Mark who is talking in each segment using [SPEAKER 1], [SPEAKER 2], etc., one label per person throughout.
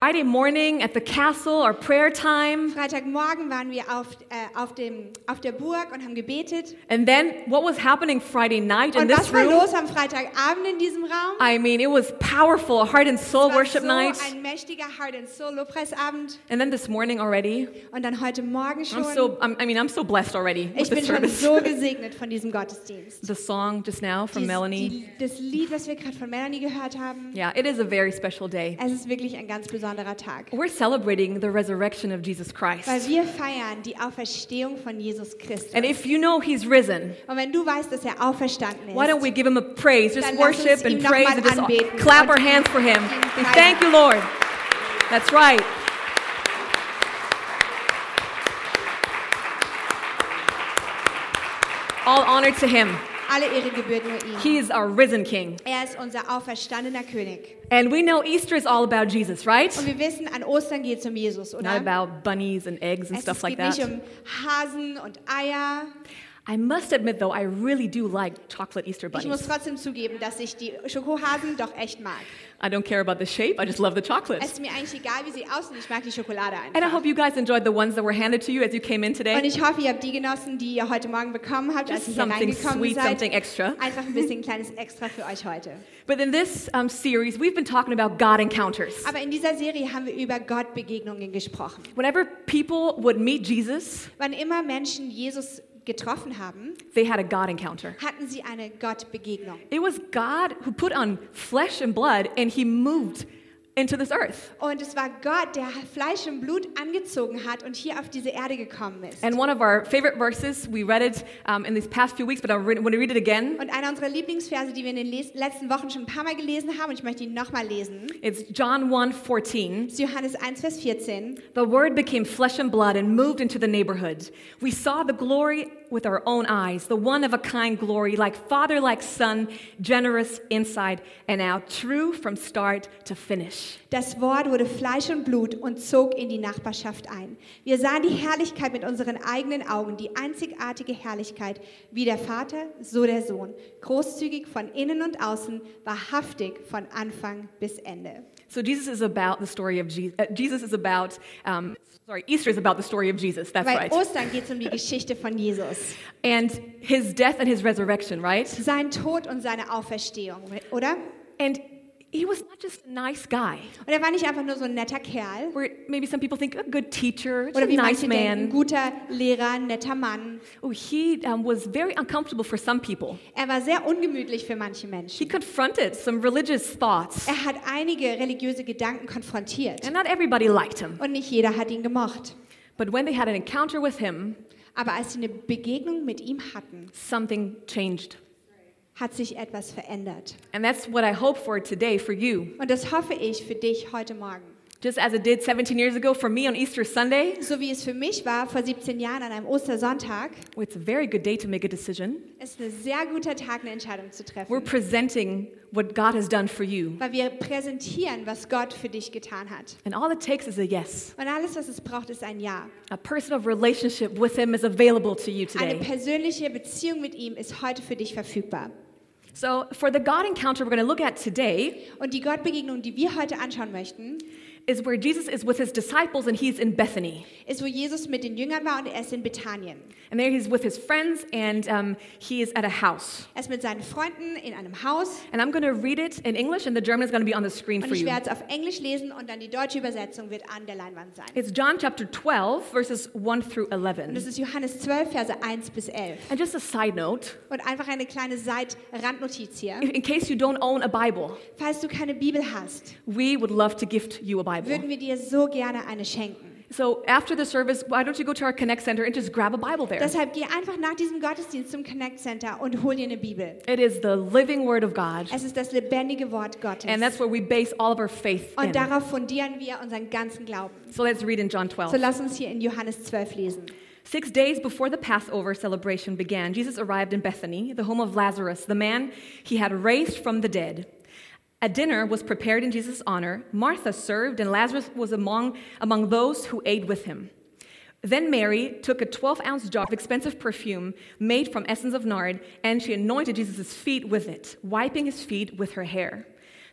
[SPEAKER 1] Friday morning at the castle, our prayer time.
[SPEAKER 2] Freitagmorgen waren wir auf, äh, auf, dem, auf der Burg und haben gebetet.
[SPEAKER 1] And then what was happening Friday night in
[SPEAKER 2] Und
[SPEAKER 1] this
[SPEAKER 2] was war
[SPEAKER 1] room?
[SPEAKER 2] los am Freitagabend in diesem Raum?
[SPEAKER 1] I mean, it was powerful, a heart and soul
[SPEAKER 2] Es war
[SPEAKER 1] worship
[SPEAKER 2] so
[SPEAKER 1] night.
[SPEAKER 2] ein mächtiger Heart and Soul Lobpreisabend
[SPEAKER 1] And then this morning already,
[SPEAKER 2] und dann heute Morgen
[SPEAKER 1] I'm
[SPEAKER 2] schon.
[SPEAKER 1] so, I'm, I mean, I'm so blessed already with
[SPEAKER 2] ich
[SPEAKER 1] the
[SPEAKER 2] bin schon
[SPEAKER 1] service.
[SPEAKER 2] so gesegnet von diesem Gottesdienst.
[SPEAKER 1] The song just now from
[SPEAKER 2] Dies-
[SPEAKER 1] Melanie.
[SPEAKER 2] die, das Lied, was wir gerade von Melanie gehört haben,
[SPEAKER 1] Yeah, it is a very special day.
[SPEAKER 2] es ist wirklich ein ganz besonderer Tag,
[SPEAKER 1] We're celebrating the resurrection of Jesus Christ.
[SPEAKER 2] weil wir feiern die Auferstehung von Jesus Christus.
[SPEAKER 1] And if you know he's risen,
[SPEAKER 2] Und wenn du weißt, dass er auferstanden ist,
[SPEAKER 1] why don't we give him a praise? Just
[SPEAKER 2] Dann lass uns
[SPEAKER 1] worship
[SPEAKER 2] ihm
[SPEAKER 1] and
[SPEAKER 2] noch
[SPEAKER 1] praise
[SPEAKER 2] mal
[SPEAKER 1] and just
[SPEAKER 2] anbeten
[SPEAKER 1] clap
[SPEAKER 2] und
[SPEAKER 1] our hands for him.
[SPEAKER 2] ihn
[SPEAKER 1] We
[SPEAKER 2] preisen.
[SPEAKER 1] thank you, Lord. That's right. All honor to him.
[SPEAKER 2] alle Ehre gebührt nur ihm.
[SPEAKER 1] He is our risen King.
[SPEAKER 2] er ist unser auferstandener König.
[SPEAKER 1] And we know Easter is all about Jesus, right?
[SPEAKER 2] Und wir wissen, an Ostern geht es um Jesus, oder?
[SPEAKER 1] Not about bunnies and eggs and
[SPEAKER 2] es
[SPEAKER 1] stuff like
[SPEAKER 2] geht nicht
[SPEAKER 1] that.
[SPEAKER 2] um Hasen und Eier.
[SPEAKER 1] I must admit, though, I really do like chocolate Easter
[SPEAKER 2] Ich muss
[SPEAKER 1] bunnies.
[SPEAKER 2] trotzdem zugeben, dass ich die Schokohasen doch echt mag.
[SPEAKER 1] I don't care about the shape, I just love the chocolate.
[SPEAKER 2] Es ist mir eigentlich egal, wie sie aussehen. Ich mag die Schokolade
[SPEAKER 1] And I
[SPEAKER 2] einfach.
[SPEAKER 1] hope you guys enjoyed the ones that were handed to you as you came in
[SPEAKER 2] Und
[SPEAKER 1] today.
[SPEAKER 2] ich hoffe, ihr habt die genossen, die ihr heute Morgen bekommen habt, als
[SPEAKER 1] Just
[SPEAKER 2] ihr hier
[SPEAKER 1] something
[SPEAKER 2] reingekommen
[SPEAKER 1] sweet,
[SPEAKER 2] seid.
[SPEAKER 1] something extra.
[SPEAKER 2] Einfach ein bisschen kleines Extra für euch heute.
[SPEAKER 1] But in this um, series, we've been talking about God encounters.
[SPEAKER 2] Aber in dieser Serie haben wir über Gottbegegnungen gesprochen.
[SPEAKER 1] Whenever people would meet Jesus,
[SPEAKER 2] Wann immer Menschen Jesus getroffen haben,
[SPEAKER 1] they had a God encounter.
[SPEAKER 2] hatten sie eine Gottbegegnung.
[SPEAKER 1] It was God who put on flesh and blood and he moved into this earth.
[SPEAKER 2] Und es war Gott, der Fleisch und Blut angezogen hat und hier auf diese Erde gekommen ist.
[SPEAKER 1] And one of our favorite verses, we read it um, in these past few weeks, but I'm re- going to read it again.
[SPEAKER 2] Und einer unserer Lieblingsverse, die wir in den les- letzten Wochen schon ein paar Mal gelesen haben, und ich möchte ihn nochmal lesen,
[SPEAKER 1] It's John 1 14.
[SPEAKER 2] ist Johannes 1, Vers 14.
[SPEAKER 1] The word became flesh and blood and moved into the neighborhood. We saw the glory with our own eyes, the one of a kind glory, like father, like son, generous inside and out, true from start to finish.
[SPEAKER 2] Das Wort wurde Fleisch und Blut und zog in die Nachbarschaft ein. Wir sahen die Herrlichkeit mit unseren eigenen Augen, die einzigartige Herrlichkeit, wie der Vater, so der Sohn. Großzügig von innen und außen, wahrhaftig von Anfang bis Ende.
[SPEAKER 1] So Jesus is about the story of Jesus. Jesus is about, um, sorry, Easter is about the story of Jesus. That's
[SPEAKER 2] Bei
[SPEAKER 1] right.
[SPEAKER 2] Ostern geht es um die Geschichte von Jesus.
[SPEAKER 1] And his death and his resurrection, right?
[SPEAKER 2] Sein Tod und seine Auferstehung, oder?
[SPEAKER 1] And he was not just a nice guy,
[SPEAKER 2] Und er war nicht einfach nur so ein netter Kerl.
[SPEAKER 1] where maybe some people think a good teacher, just
[SPEAKER 2] Oder
[SPEAKER 1] a
[SPEAKER 2] wie
[SPEAKER 1] nice
[SPEAKER 2] manche denken, ein
[SPEAKER 1] man.
[SPEAKER 2] guter Lehrer, ein netter Mann.
[SPEAKER 1] Oh, he um, was very uncomfortable for some people.
[SPEAKER 2] Er war sehr ungemütlich für manche
[SPEAKER 1] He
[SPEAKER 2] Menschen.
[SPEAKER 1] confronted some religious thoughts,
[SPEAKER 2] Er hat einige religiöse Gedanken konfrontiert
[SPEAKER 1] and not everybody liked him.
[SPEAKER 2] und nicht jeder hat ihn gemocht.
[SPEAKER 1] But when they had an encounter with him,
[SPEAKER 2] Aber als sie eine Begegnung mit ihm hatten,
[SPEAKER 1] something changed.
[SPEAKER 2] hat sich etwas verändert.
[SPEAKER 1] And that's what I hope for today for you.
[SPEAKER 2] Und das hoffe ich für dich heute Morgen.
[SPEAKER 1] Just as it did 17 years ago for me on Easter Sunday,
[SPEAKER 2] So wie es für mich war vor 17 Jahren an einem Ostersonntag,
[SPEAKER 1] it's a very good day to make a decision.
[SPEAKER 2] ist ein sehr guter Tag, eine Entscheidung zu
[SPEAKER 1] We're
[SPEAKER 2] treffen.
[SPEAKER 1] presenting what God has done for you.
[SPEAKER 2] Weil wir präsentieren, was Gott für dich getan hat.
[SPEAKER 1] And all it takes is a yes.
[SPEAKER 2] Und alles, was es braucht, ist ein Ja.
[SPEAKER 1] A personal relationship with Him is available to you
[SPEAKER 2] Eine
[SPEAKER 1] today.
[SPEAKER 2] persönliche Beziehung mit ihm ist heute für dich verfügbar.
[SPEAKER 1] So, for the God encounter we're going to look at today
[SPEAKER 2] Und die Gottbegegnung, die wir heute anschauen möchten,
[SPEAKER 1] is where Jesus is with His disciples and He's in Bethany.
[SPEAKER 2] ist, wo Jesus mit den Jüngern war und er ist in Bethanien.
[SPEAKER 1] And there he's with his friends, and um, he is at a house.
[SPEAKER 2] Er ist mit seinen Freunden in einem Haus
[SPEAKER 1] And I'm going to read it in English, and the German is going to be on the screen
[SPEAKER 2] und
[SPEAKER 1] for
[SPEAKER 2] ich
[SPEAKER 1] you.
[SPEAKER 2] werde es auf Englisch lesen und dann die deutsche Übersetzung wird an der Leinwand sein.
[SPEAKER 1] It's John chapter 12, verses 1 through
[SPEAKER 2] Und
[SPEAKER 1] 11.
[SPEAKER 2] es ist Johannes 12, Verse 1 bis 11.
[SPEAKER 1] And just a side note,
[SPEAKER 2] Und einfach eine kleine Seit-Randnotiz hier.
[SPEAKER 1] in in case you don't own a Bible,
[SPEAKER 2] Falls du keine Bibel hast,
[SPEAKER 1] we would love to gift you a Bible.
[SPEAKER 2] würden wir dir so gerne eine schenken.
[SPEAKER 1] So after the service, why don't you go to our Connect Center and just grab a Bible there?
[SPEAKER 2] Deshalb geh einfach nach diesem Gottesdienst zum Connect Center und hol dir eine Bibel.
[SPEAKER 1] It is the living Word of God,
[SPEAKER 2] Es ist das lebendige Wort Gottes.
[SPEAKER 1] and that's where we base all of our faith.
[SPEAKER 2] Und
[SPEAKER 1] In.
[SPEAKER 2] darauf fundieren wir unseren ganzen Glauben.
[SPEAKER 1] So let's read in John
[SPEAKER 2] So
[SPEAKER 1] 12.
[SPEAKER 2] lass uns hier in Johannes 12 lesen.
[SPEAKER 1] Six days before the Passover celebration began, Jesus arrived in Bethany, the home of Lazarus, the man he had raised from the dead. A dinner was prepared in Jesus' honor. Martha served, and Lazarus was among, among those who ate with him. Then Mary took a 12 ounce jar of expensive perfume made from essence of nard, and she anointed Jesus' feet with it, wiping his feet with her hair.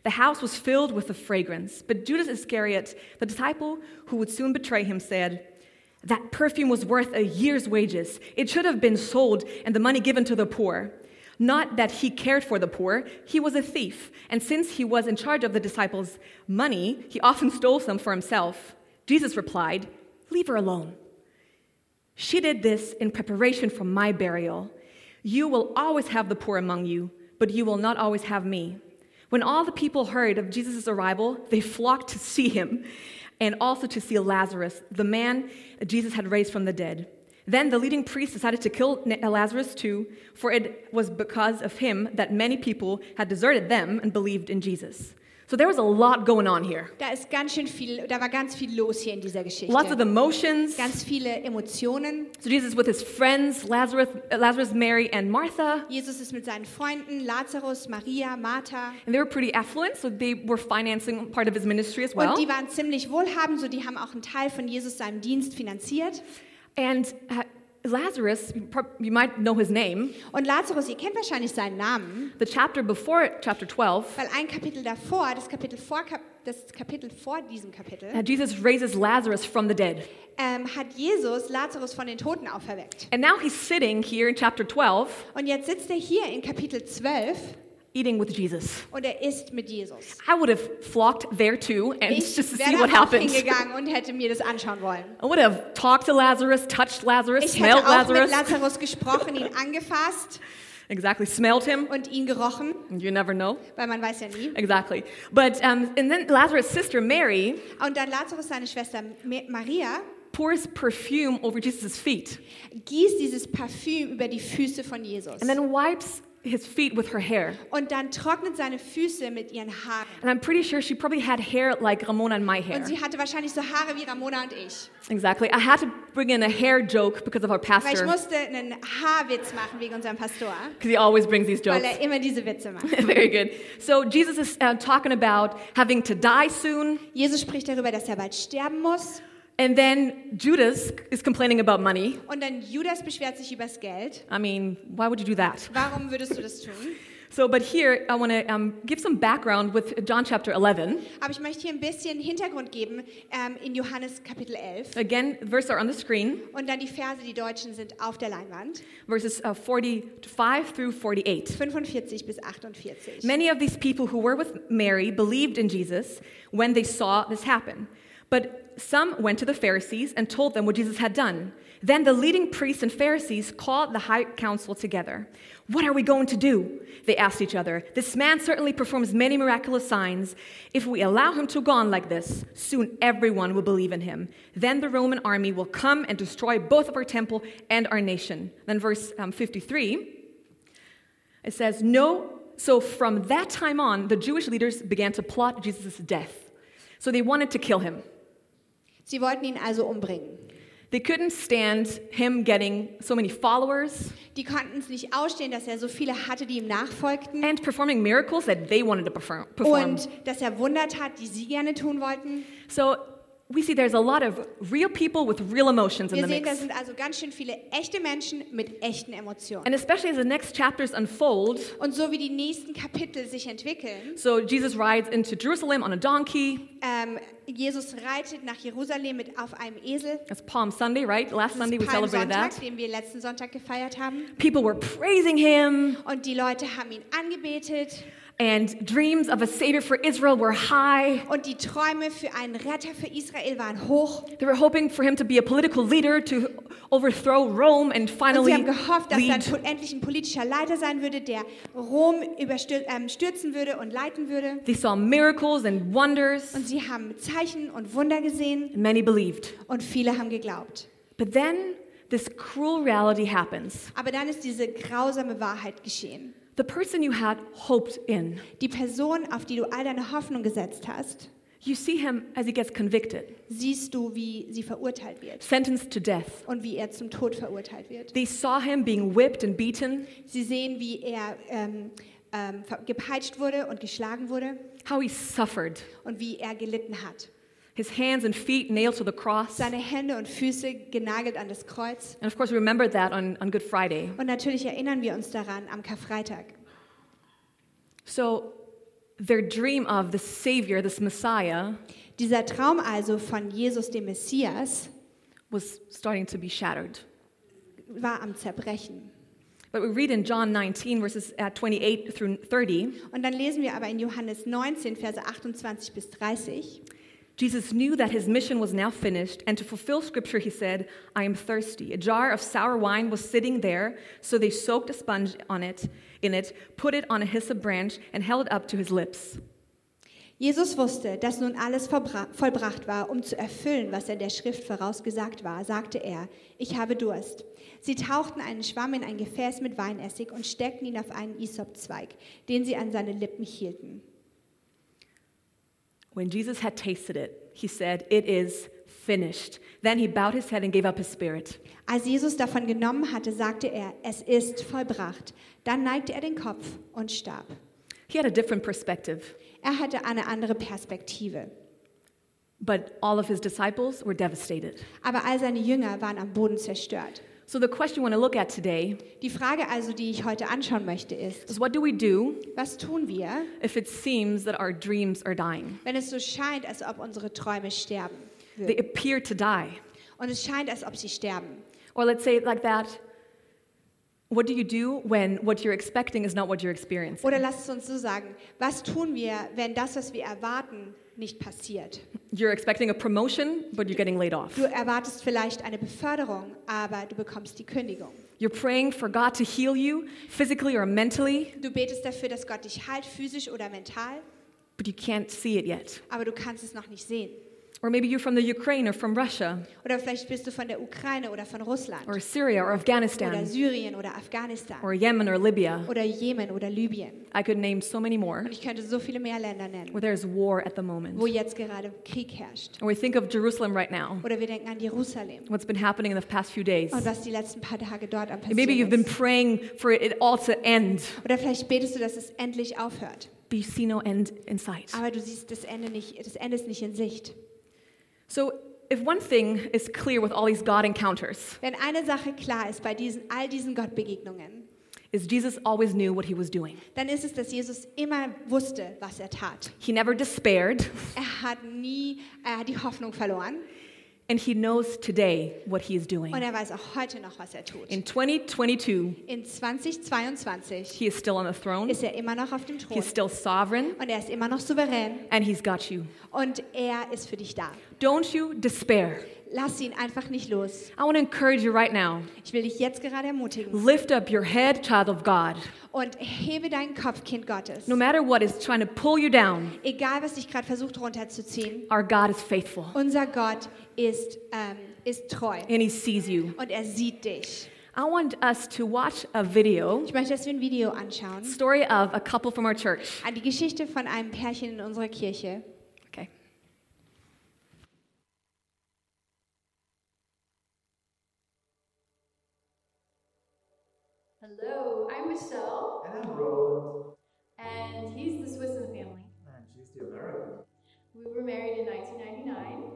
[SPEAKER 1] The house was filled with the fragrance, but Judas Iscariot, the disciple who would soon betray him, said, That perfume was worth a year's wages. It should have been sold and the money given to the poor. Not that he cared for the poor, he was a thief, and since he was in charge of the disciples' money, he often stole some for himself. Jesus replied, Leave her alone. She did this in preparation for my burial. You will always have the poor among you, but you will not always have me. When all the people heard of Jesus' arrival, they flocked to see him and also to see Lazarus, the man Jesus had raised from the dead. Then the leading priests decided to kill Lazarus too, for it was because of him that many people had deserted them and believed in Jesus. So there was a lot going on here.
[SPEAKER 2] Da ist ganz schön viel, da war ganz viel los hier in dieser Geschichte.
[SPEAKER 1] Lots of emotions.
[SPEAKER 2] Ganz viele Emotionen.
[SPEAKER 1] So Jesus with his friends, Lazarus, Lazarus, Mary, and Martha,
[SPEAKER 2] Jesus ist mit seinen Freunden, Lazarus, Maria, Martha.
[SPEAKER 1] and they were pretty affluent, so they were financing part of his ministry as well.
[SPEAKER 2] Und die waren ziemlich wohlhabend, so die haben auch einen Teil von Jesus seinem Dienst finanziert.
[SPEAKER 1] And uh, Lazarus, you, prob- you might know his name.
[SPEAKER 2] Und Lazarus, ihr kennt wahrscheinlich seinen Namen,
[SPEAKER 1] The chapter before chapter 12,
[SPEAKER 2] weil ein Kapitel davor, das Kapitel vor, Kap- das Kapitel vor diesem
[SPEAKER 1] uh,
[SPEAKER 2] Kapitel,
[SPEAKER 1] Jesus raises Lazarus from the dead.
[SPEAKER 2] ähm, hat Jesus Lazarus von den Toten auferweckt.
[SPEAKER 1] And now he's sitting here in chapter 12
[SPEAKER 2] Und jetzt sitzt er hier in Kapitel 12
[SPEAKER 1] eating with Jesus.
[SPEAKER 2] und er isst mit Jesus.
[SPEAKER 1] I would have flocked there too and just to see
[SPEAKER 2] wäre
[SPEAKER 1] what
[SPEAKER 2] da auch
[SPEAKER 1] happens.
[SPEAKER 2] hingegangen und hätte mir das anschauen wollen.
[SPEAKER 1] I would have talked to Lazarus, touched Lazarus,
[SPEAKER 2] Ich hätte
[SPEAKER 1] smelled
[SPEAKER 2] auch mit
[SPEAKER 1] Lazarus.
[SPEAKER 2] Lazarus gesprochen, ihn angefasst
[SPEAKER 1] exactly, smelled him.
[SPEAKER 2] und ihn gerochen,
[SPEAKER 1] You never know.
[SPEAKER 2] weil man weiß ja nie.
[SPEAKER 1] Exactly. But, um, and then Lazarus' sister Mary
[SPEAKER 2] Und dann Lazarus, seine Schwester Ma- Maria,
[SPEAKER 1] pours perfume over Jesus' feet
[SPEAKER 2] gießt dieses Parfüm über die Füße von Jesus.
[SPEAKER 1] and then wipes his feet with her hair.
[SPEAKER 2] Und dann trocknet seine Füße mit ihren Haaren.
[SPEAKER 1] And I'm pretty sure she probably had hair like Ramona and my
[SPEAKER 2] Und
[SPEAKER 1] hair.
[SPEAKER 2] sie hatte wahrscheinlich so Haare wie Ramona und ich.
[SPEAKER 1] Exactly. I had to bring in a hair joke because of our
[SPEAKER 2] Weil ich
[SPEAKER 1] pastor, because
[SPEAKER 2] musste einen Haarwitz machen wegen unserem Pastor,
[SPEAKER 1] he always brings these
[SPEAKER 2] weil
[SPEAKER 1] jokes.
[SPEAKER 2] er immer diese Witze macht.
[SPEAKER 1] Very good. So Jesus is uh, talking about having to die soon,
[SPEAKER 2] Jesus spricht darüber, dass er bald sterben muss.
[SPEAKER 1] and then Judas is complaining about money.
[SPEAKER 2] Und dann Judas beschwert sich übers Geld.
[SPEAKER 1] I mean, why would you do that?
[SPEAKER 2] Warum würdest du das tun?
[SPEAKER 1] So, but here I want to um, give some background with John chapter 11.
[SPEAKER 2] Aber ich möchte hier ein bisschen Hintergrund geben ähm, in Johannes Kapitel 11.
[SPEAKER 1] Again, verses are on the screen,
[SPEAKER 2] Und dann die Verse, die Deutschen sind auf der Leinwand.
[SPEAKER 1] verses uh, 45 through 48.
[SPEAKER 2] 45 bis 48.
[SPEAKER 1] Many of these people who were with Mary believed in Jesus when they saw this happen. But some went to the Pharisees and told them what Jesus had done. Then the leading priests and Pharisees called the high council together. What are we going to do? They asked each other. This man certainly performs many miraculous signs. If we allow him to go on like this, soon everyone will believe in him. Then the Roman army will come and destroy both of our temple and our nation. Then, verse um, 53. It says, No, so from that time on, the Jewish leaders began to plot Jesus' death. So they wanted to kill him.
[SPEAKER 2] Sie wollten ihn also umbringen.
[SPEAKER 1] They couldn't stand him getting so many followers
[SPEAKER 2] Die konnten es nicht ausstehen, dass er so viele hatte, die ihm nachfolgten.
[SPEAKER 1] and performing miracles that they wanted to perform. perform.
[SPEAKER 2] Und dass er Wunder tat, die sie gerne tun wollten.
[SPEAKER 1] So we see there's a lot of real people with real emotions in
[SPEAKER 2] Wir
[SPEAKER 1] the
[SPEAKER 2] sehen, da
[SPEAKER 1] mix.
[SPEAKER 2] sind also ganz schön viele echte Menschen mit echten Emotionen.
[SPEAKER 1] And especially as the next chapters unfold,
[SPEAKER 2] Und so wie die nächsten Kapitel sich entwickeln,
[SPEAKER 1] so Jesus rides into Jerusalem on a donkey.
[SPEAKER 2] ähm, Jesus reitet nach Jerusalem mit auf einem Esel.
[SPEAKER 1] That's Palm Sunday, right? Last Sunday we celebrated
[SPEAKER 2] Palmsonntag,
[SPEAKER 1] that.
[SPEAKER 2] den wir letzten Sonntag gefeiert haben.
[SPEAKER 1] People were praising him.
[SPEAKER 2] Und die Leute haben ihn angebetet.
[SPEAKER 1] and dreams of a savior for Israel were high.
[SPEAKER 2] Und die Träume für einen Retter für Israel waren hoch.
[SPEAKER 1] They were hoping for him to be a political leader to overthrow Rome and
[SPEAKER 2] Und sie
[SPEAKER 1] finally
[SPEAKER 2] haben gehofft, dass dann
[SPEAKER 1] lead
[SPEAKER 2] po- endlich ein politischer Leiter sein würde, der Rom überstür- ähm, stürzen würde und leiten würde.
[SPEAKER 1] They saw miracles and wonders,
[SPEAKER 2] Und sie haben Zeichen und Wunder gesehen
[SPEAKER 1] and many believed.
[SPEAKER 2] und viele haben geglaubt.
[SPEAKER 1] But then this cruel reality happens.
[SPEAKER 2] Aber dann ist diese grausame Wahrheit geschehen.
[SPEAKER 1] The person you had hoped in,
[SPEAKER 2] Die Person, auf die du all deine Hoffnung gesetzt hast,
[SPEAKER 1] you see him as he gets convicted,
[SPEAKER 2] siehst du, wie sie verurteilt wird
[SPEAKER 1] sentenced to death.
[SPEAKER 2] und wie er zum Tod verurteilt wird.
[SPEAKER 1] They saw him being whipped and beaten,
[SPEAKER 2] Sie sehen, wie er ähm, ähm, ver- gepeitscht wurde und geschlagen wurde
[SPEAKER 1] how he suffered,
[SPEAKER 2] und wie er gelitten hat.
[SPEAKER 1] his hands and feet nailed to the cross. And
[SPEAKER 2] Seine Hände und Füße genagelt an das Kreuz.
[SPEAKER 1] of course, we remember that on, on Good Friday.
[SPEAKER 2] Und natürlich erinnern wir uns daran am Karfreitag.
[SPEAKER 1] So Their dream of the Savior, this Messiah,
[SPEAKER 2] Dieser Traum also von Jesus dem Messias
[SPEAKER 1] was starting to be shattered.
[SPEAKER 2] war am Zerbrechen.
[SPEAKER 1] But we read in John 19, verses uh, 28 through 30,
[SPEAKER 2] Und dann lesen wir aber in Johannes 19, Verse 28 bis 30.
[SPEAKER 1] Jesus knew that his mission was now finished, and to fulfill scripture, he said, I am thirsty. A jar of sour wine was sitting there, so they soaked a sponge on it, in it, put it on a hyssop branch, and held it up to his lips.
[SPEAKER 2] Jesus wusste, dass nun alles verbra- vollbracht war, um zu erfüllen, was in der Schrift vorausgesagt war, sagte er, ich habe Durst. Sie tauchten einen Schwamm in ein Gefäß mit Weinessig und steckten ihn auf einen Isopzweig, den sie an seine Lippen hielten.
[SPEAKER 1] When Jesus had tasted it, he said, It is finished. Then he bowed his head and gave up his spirit.
[SPEAKER 2] Als Jesus davon genommen hatte, sagte er, es ist vollbracht. Dann neigte er den Kopf und starb.
[SPEAKER 1] He had a different perspective,
[SPEAKER 2] Er hatte eine andere Perspektive.
[SPEAKER 1] but all of his disciples were devastated.
[SPEAKER 2] Aber all seine Jünger waren am Boden zerstört.
[SPEAKER 1] So, the question we want to look at today
[SPEAKER 2] Die Frage also, die ich heute anschauen möchte, ist,
[SPEAKER 1] is what do we do
[SPEAKER 2] was tun wir,
[SPEAKER 1] if it seems that our dreams are dying?
[SPEAKER 2] wenn es so scheint, als ob unsere Träume sterben? würden?
[SPEAKER 1] They appear to die.
[SPEAKER 2] Und es scheint, als ob sie sterben.
[SPEAKER 1] Or let's say it like that. What do you do when what you're expecting is not what you're experiencing?
[SPEAKER 2] Oder lasst es uns so sagen, was tun wir, wenn das, was wir erwarten, nicht passiert?
[SPEAKER 1] You're expecting a promotion, but you're getting laid off.
[SPEAKER 2] Du erwartest vielleicht eine Beförderung, aber du bekommst die Kündigung.
[SPEAKER 1] You're praying for God to heal you physically or mentally,
[SPEAKER 2] Du betest dafür, dass Gott dich heilt, physisch oder mental,
[SPEAKER 1] but you can't see it yet.
[SPEAKER 2] aber du kannst es noch nicht sehen.
[SPEAKER 1] Or maybe you're from the Ukraine or from Russia
[SPEAKER 2] Oder vielleicht bist du von der Ukraine oder von Russland
[SPEAKER 1] or Syria or
[SPEAKER 2] oder
[SPEAKER 1] Afghanistan
[SPEAKER 2] Syrien oder Afghanistan
[SPEAKER 1] or Yemen or Libya.
[SPEAKER 2] oder Jemen oder Libyen.
[SPEAKER 1] I could name so many more
[SPEAKER 2] Und ich könnte so viele mehr Länder nennen,
[SPEAKER 1] where there's war at the moment.
[SPEAKER 2] wo jetzt gerade Krieg herrscht.
[SPEAKER 1] Or we think of Jerusalem right now,
[SPEAKER 2] Oder wir denken an Jerusalem
[SPEAKER 1] what's been happening in the past few days.
[SPEAKER 2] und was die letzten paar Tage dort am
[SPEAKER 1] Maybe you've
[SPEAKER 2] passiert
[SPEAKER 1] been
[SPEAKER 2] ist.
[SPEAKER 1] praying for it all to end,
[SPEAKER 2] Oder vielleicht betest du, dass es endlich aufhört.
[SPEAKER 1] but you see no end in sight.
[SPEAKER 2] Aber du siehst das Ende, nicht, das Ende ist nicht in Sicht.
[SPEAKER 1] So, if one thing is clear with all these God encounters,
[SPEAKER 2] Wenn eine Sache klar ist bei diesen, all diesen Gottbegegnungen,
[SPEAKER 1] is Jesus always knew what he was doing.
[SPEAKER 2] dann ist es, dass Jesus immer wusste, was er tat.
[SPEAKER 1] He never despaired,
[SPEAKER 2] Er hat nie er hat die Hoffnung verloren
[SPEAKER 1] and he knows today what he is
[SPEAKER 2] und
[SPEAKER 1] doing.
[SPEAKER 2] er weiß auch heute noch, was er tut.
[SPEAKER 1] In 2022,
[SPEAKER 2] In 2022
[SPEAKER 1] he is still on the throne,
[SPEAKER 2] ist er immer noch auf dem Thron
[SPEAKER 1] he's still sovereign,
[SPEAKER 2] und er ist immer noch souverän
[SPEAKER 1] and he's got you.
[SPEAKER 2] und er ist für dich da.
[SPEAKER 1] Don't you despair.
[SPEAKER 2] Lass ihn einfach nicht los.
[SPEAKER 1] I want to encourage you right now.
[SPEAKER 2] Ich will dich jetzt gerade ermutigen
[SPEAKER 1] Lift up your head, child of God.
[SPEAKER 2] und hebe deinen Kopf, Kind Gottes.
[SPEAKER 1] No matter what is trying to pull you down,
[SPEAKER 2] Egal, was dich gerade versucht runterzuziehen,
[SPEAKER 1] our God is faithful
[SPEAKER 2] unser Gott ist, ähm, ist treu
[SPEAKER 1] and He sees you.
[SPEAKER 2] und er sieht dich.
[SPEAKER 1] I want us to watch a video,
[SPEAKER 2] Ich möchte, dass wir ein Video anschauen
[SPEAKER 1] story of a couple from our church.
[SPEAKER 2] an die Geschichte von einem Pärchen in unserer Kirche.
[SPEAKER 1] Okay.
[SPEAKER 3] Hello, I'm Michelle,
[SPEAKER 4] And I'm Roland.
[SPEAKER 3] and he's the Swiss in the family.
[SPEAKER 4] And she's the American.
[SPEAKER 3] We were married in 1999,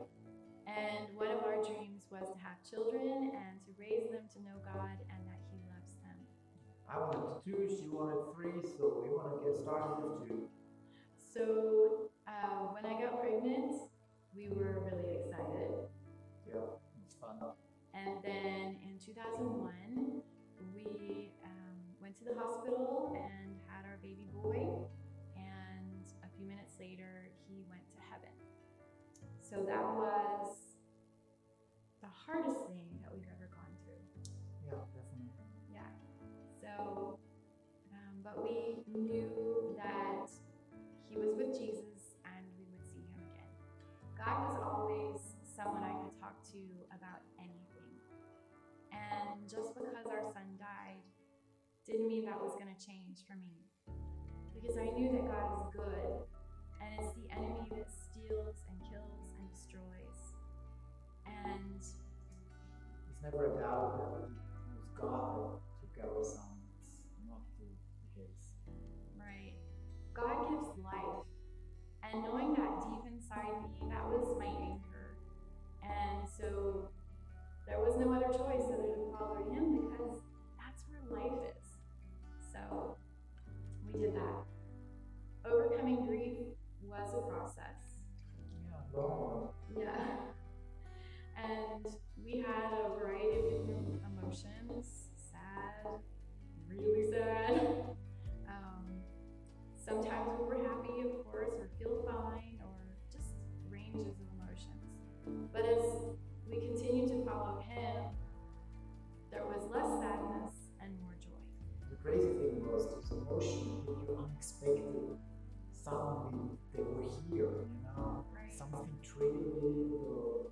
[SPEAKER 3] and one of our dreams was to have children and to raise them to know God and that He loves them.
[SPEAKER 4] I wanted two, she wanted three, so we want to get started with two.
[SPEAKER 3] So, uh, when I got pregnant, we were really excited.
[SPEAKER 4] Yeah, it's fun.
[SPEAKER 3] And then in 2001, we um, went to the hospital and had our baby boy. And a few minutes later, he went to heaven. So that was the hardest thing that we've ever gone through.
[SPEAKER 4] Yeah, definitely.
[SPEAKER 3] Yeah. So, um, but we knew that he was with Jesus and we would see him again. God was always someone I could talk to about anything. And just because our son died didn't mean that was going to change for me. Because I knew that God is good and it's the enemy that steals and kills and destroys. And
[SPEAKER 4] It's never a doubt that it was God that took our son. It's not the the case.
[SPEAKER 3] Right. God gives life. And knowing that deep inside me, that was my anchor. And so there was no other choice other than follow him because that's where life is. So we did that. Overcoming grief Um,
[SPEAKER 4] they, they were here, you know.
[SPEAKER 3] Right.
[SPEAKER 4] Something triggered it or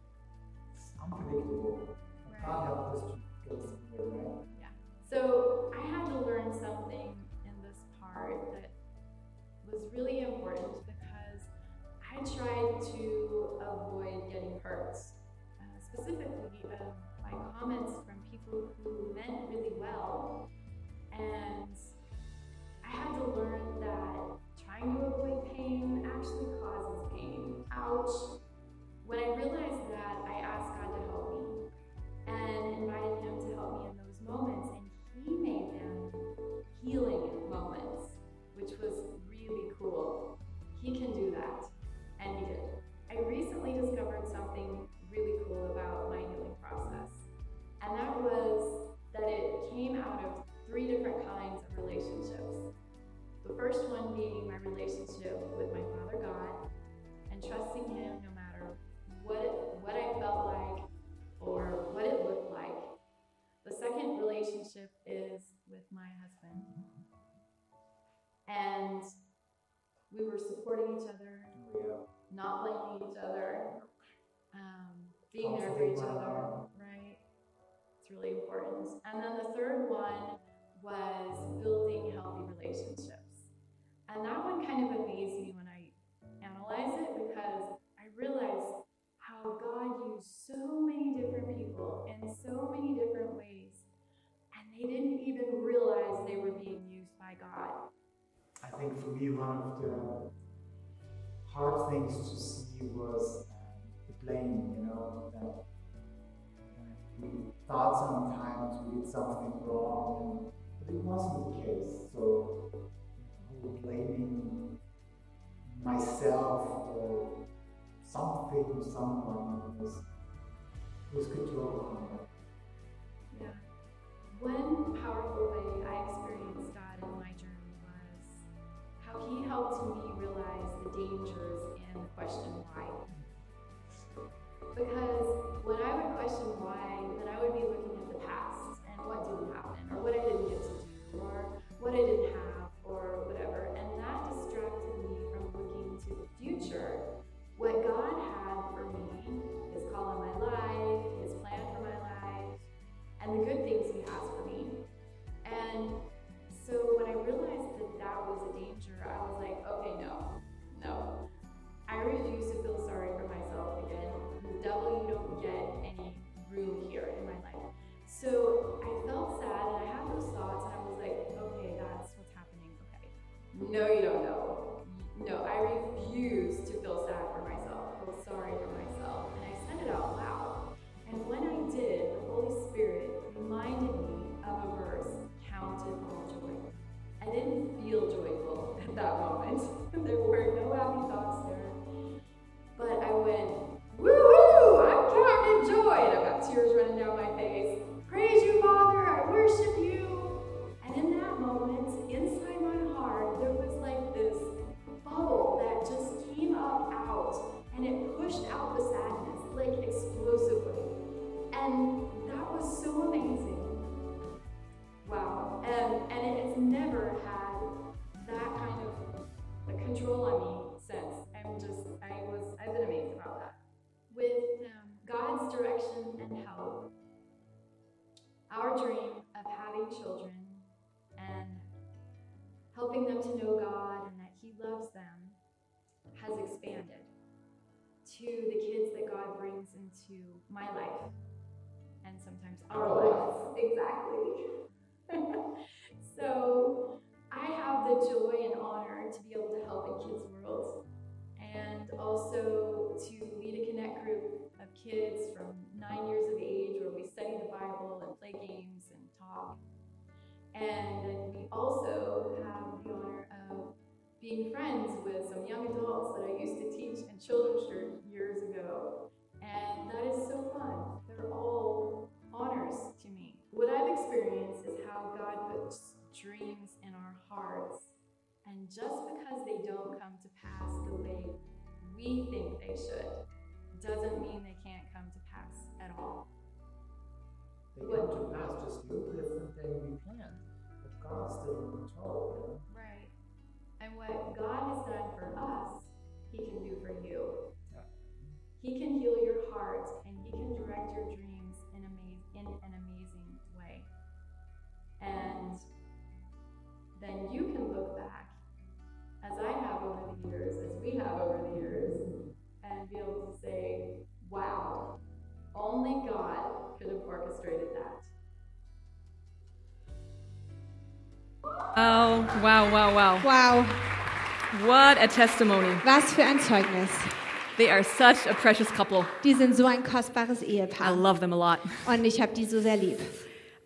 [SPEAKER 4] it's unpredictable. But God helped us to go somewhere, right?
[SPEAKER 3] So I had to learn something in this part that was really important because I tried to avoid getting hurt, uh, specifically um, by comments from people who meant really well. And I had to learn that trying to avoid pain actually causes pain. Ouch. When I realized that, I asked God to help me and invited him to help me in those moments. And he made them healing moments, which was really cool. He can do that, and he did. I recently discovered something really cool about my healing process, and that was that it came out of three different kinds of relationships. The first one being my relationship with my Father God and trusting Him no matter what, what I felt like or what it looked like. The second relationship is with my husband. And we were supporting each other,
[SPEAKER 4] Yeah.
[SPEAKER 3] not blaming each other, um, being there for
[SPEAKER 4] Comforting
[SPEAKER 3] each
[SPEAKER 4] one
[SPEAKER 3] other,
[SPEAKER 4] another.
[SPEAKER 3] right? It's really important. And then the third one was building healthy relationships. And that one kind of amazed me when I analyzed it because I realized how God used so many different people in so many different ways. And they didn't even realize they were being used by God.
[SPEAKER 4] I think for me, one of the hard things to see was um, the blame, you know, that uh, we thought sometimes we did something wrong, and, but it wasn't the case. So, you know, blaming myself or something or someone was, was control on it.
[SPEAKER 3] Yeah. One powerful way I experienced God in my journey was how He helped me realize the dangers in the question why. Because when I would question why, then I would be looking at the past and what didn't happen, or what I didn't get to do, or what I didn't have, or whatever. And that distracted me from looking to the future. What God had for me, His call on my life, His plan for my life, and the good things he has for me. And so when I realized that that was a danger, I was like, okay, no, no. I refuse to feel sorry for myself again. The devil, you don't get any room here in my life. So I felt sad and I had those thoughts and I was like, okay, that's what's happening. Okay. No, you don't know. No, I refuse to feel sad for myself, feel sorry for myself. And I said it out loud. And when I did, the Holy Spirit reminded me of a verse, Count it all joy. I didn't feel joyful at that moment. there were no happy thoughts there. But I went, woohoo, I'm counting joy. And I've got tears running down my face. Praise you, Father, I worship you. And in that moment, inside my heart, there was like this bubble that just came up out and it pushed out the sadness like explosively. And that was so amazing. Wow. And, and it has never had that kind of like, control on me since. I'm just, I was, I've been amazed about that. With um, God's direction and help, our dream of having children and helping them to know God and that He loves them has expanded to the kids that God brings into my life and sometimes our lives. Exactly. so I have the joy and honor to be able to help in kids' world and also to lead a connect group of kids from nine years of age where we study the Bible and play games and talk. And then we also have the honor of being friends with some young adults that I used to teach in children's church years ago. And that is so fun. They're all honors to me. Oh. What I've experienced is how God puts dreams in our hearts. And just because they don't come to pass the way we think they should, doesn't mean they can't come to pass at all.
[SPEAKER 4] They come to pass just a little different than we planned, but God's still in control, you know?
[SPEAKER 3] Right. And what God has done for us heart, and He can direct your dreams in, amaz- in an amazing way. And then you can look back, as I have over the years, as we have over the years, and be able to say, wow, only God could have orchestrated that.
[SPEAKER 1] Oh, wow, wow, wow.
[SPEAKER 2] Wow,
[SPEAKER 1] What a testimony.
[SPEAKER 2] was für ein Zeugnis.
[SPEAKER 1] They are such a precious couple.
[SPEAKER 2] Die sind so ein kostbares
[SPEAKER 1] I
[SPEAKER 2] Ehepaar
[SPEAKER 1] love them a lot.
[SPEAKER 2] und ich habe die so sehr lieb.